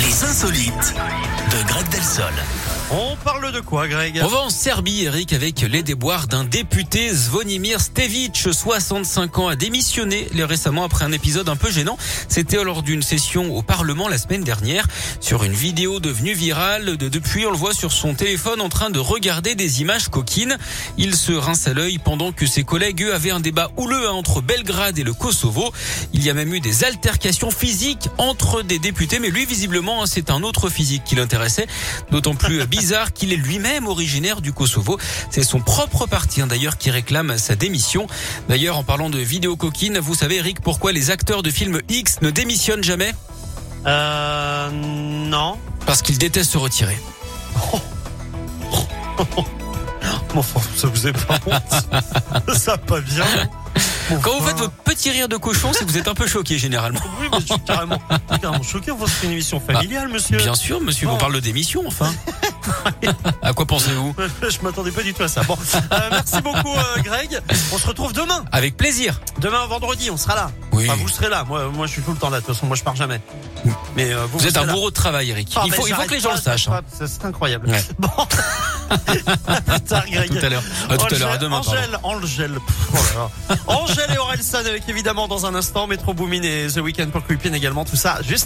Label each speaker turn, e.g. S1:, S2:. S1: insolites de Greg Delsol.
S2: On parle de quoi, Greg
S3: On va en Serbie, Eric, avec les déboires d'un député, Zvonimir Stevic, 65 ans, a démissionné récemment après un épisode un peu gênant. C'était lors d'une session au Parlement la semaine dernière. Sur une vidéo devenue virale, de depuis, on le voit sur son téléphone en train de regarder des images coquines. Il se rince à l'œil pendant que ses collègues, eux, avaient un débat houleux hein, entre Belgrade et le Kosovo. Il y a même eu des altercations physiques entre des députés, mais lui, visiblement, hein, c'est un autre physique qui l'intéressait, d'autant plus bizarre qu'il est lui-même originaire du Kosovo. C'est son propre parti hein, d'ailleurs qui réclame sa démission. D'ailleurs, en parlant de vidéo coquine, vous savez Eric pourquoi les acteurs de films X ne démissionnent jamais
S2: Euh. Non.
S3: Parce qu'ils détestent se retirer.
S2: Bon, enfin, ça vous est pas honte. ça pas bien. Bon,
S3: Quand vous
S2: enfin.
S3: faites votre petit rire de cochon, c'est que vous êtes un peu choqué généralement.
S2: Oui, mais je suis carrément, carrément choqué. Enfin, c'est une émission familiale, monsieur.
S3: Bah, Bien sûr, monsieur,
S2: Non.
S3: on parle de démission enfin. à quoi pensez-vous
S2: Je m'attendais pas du tout à ça. Bon, euh, merci beaucoup, euh, Greg. On se retrouve demain.
S3: Avec plaisir.
S2: Demain, vendredi, on sera là.
S3: Oui.
S2: Enfin, vous serez là. Moi, moi, je suis tout le temps là. De toute façon, moi, je pars jamais. Mais euh, vous,
S3: Vous êtes
S2: serez
S3: un
S2: là.
S3: bourreau de travail, Eric.
S2: Ah,
S3: Il
S2: mais
S3: faut, il faut
S2: j'arrête
S3: que les gens
S2: pas,
S3: le sachent. hein.
S2: j'arrête pas, C'est incroyable.
S3: Ouais.
S2: Bon. À plus tard, Greg.
S3: Tout à l'heure. À tout à l'heure. À
S2: Angèle-
S3: demain. pardon.
S2: Angèle, Angèle. Pff, oh là là. Angèle et Orelsan avec évidemment dans un instant Metro Boomin et The Weekend pour Creepin également tout ça juste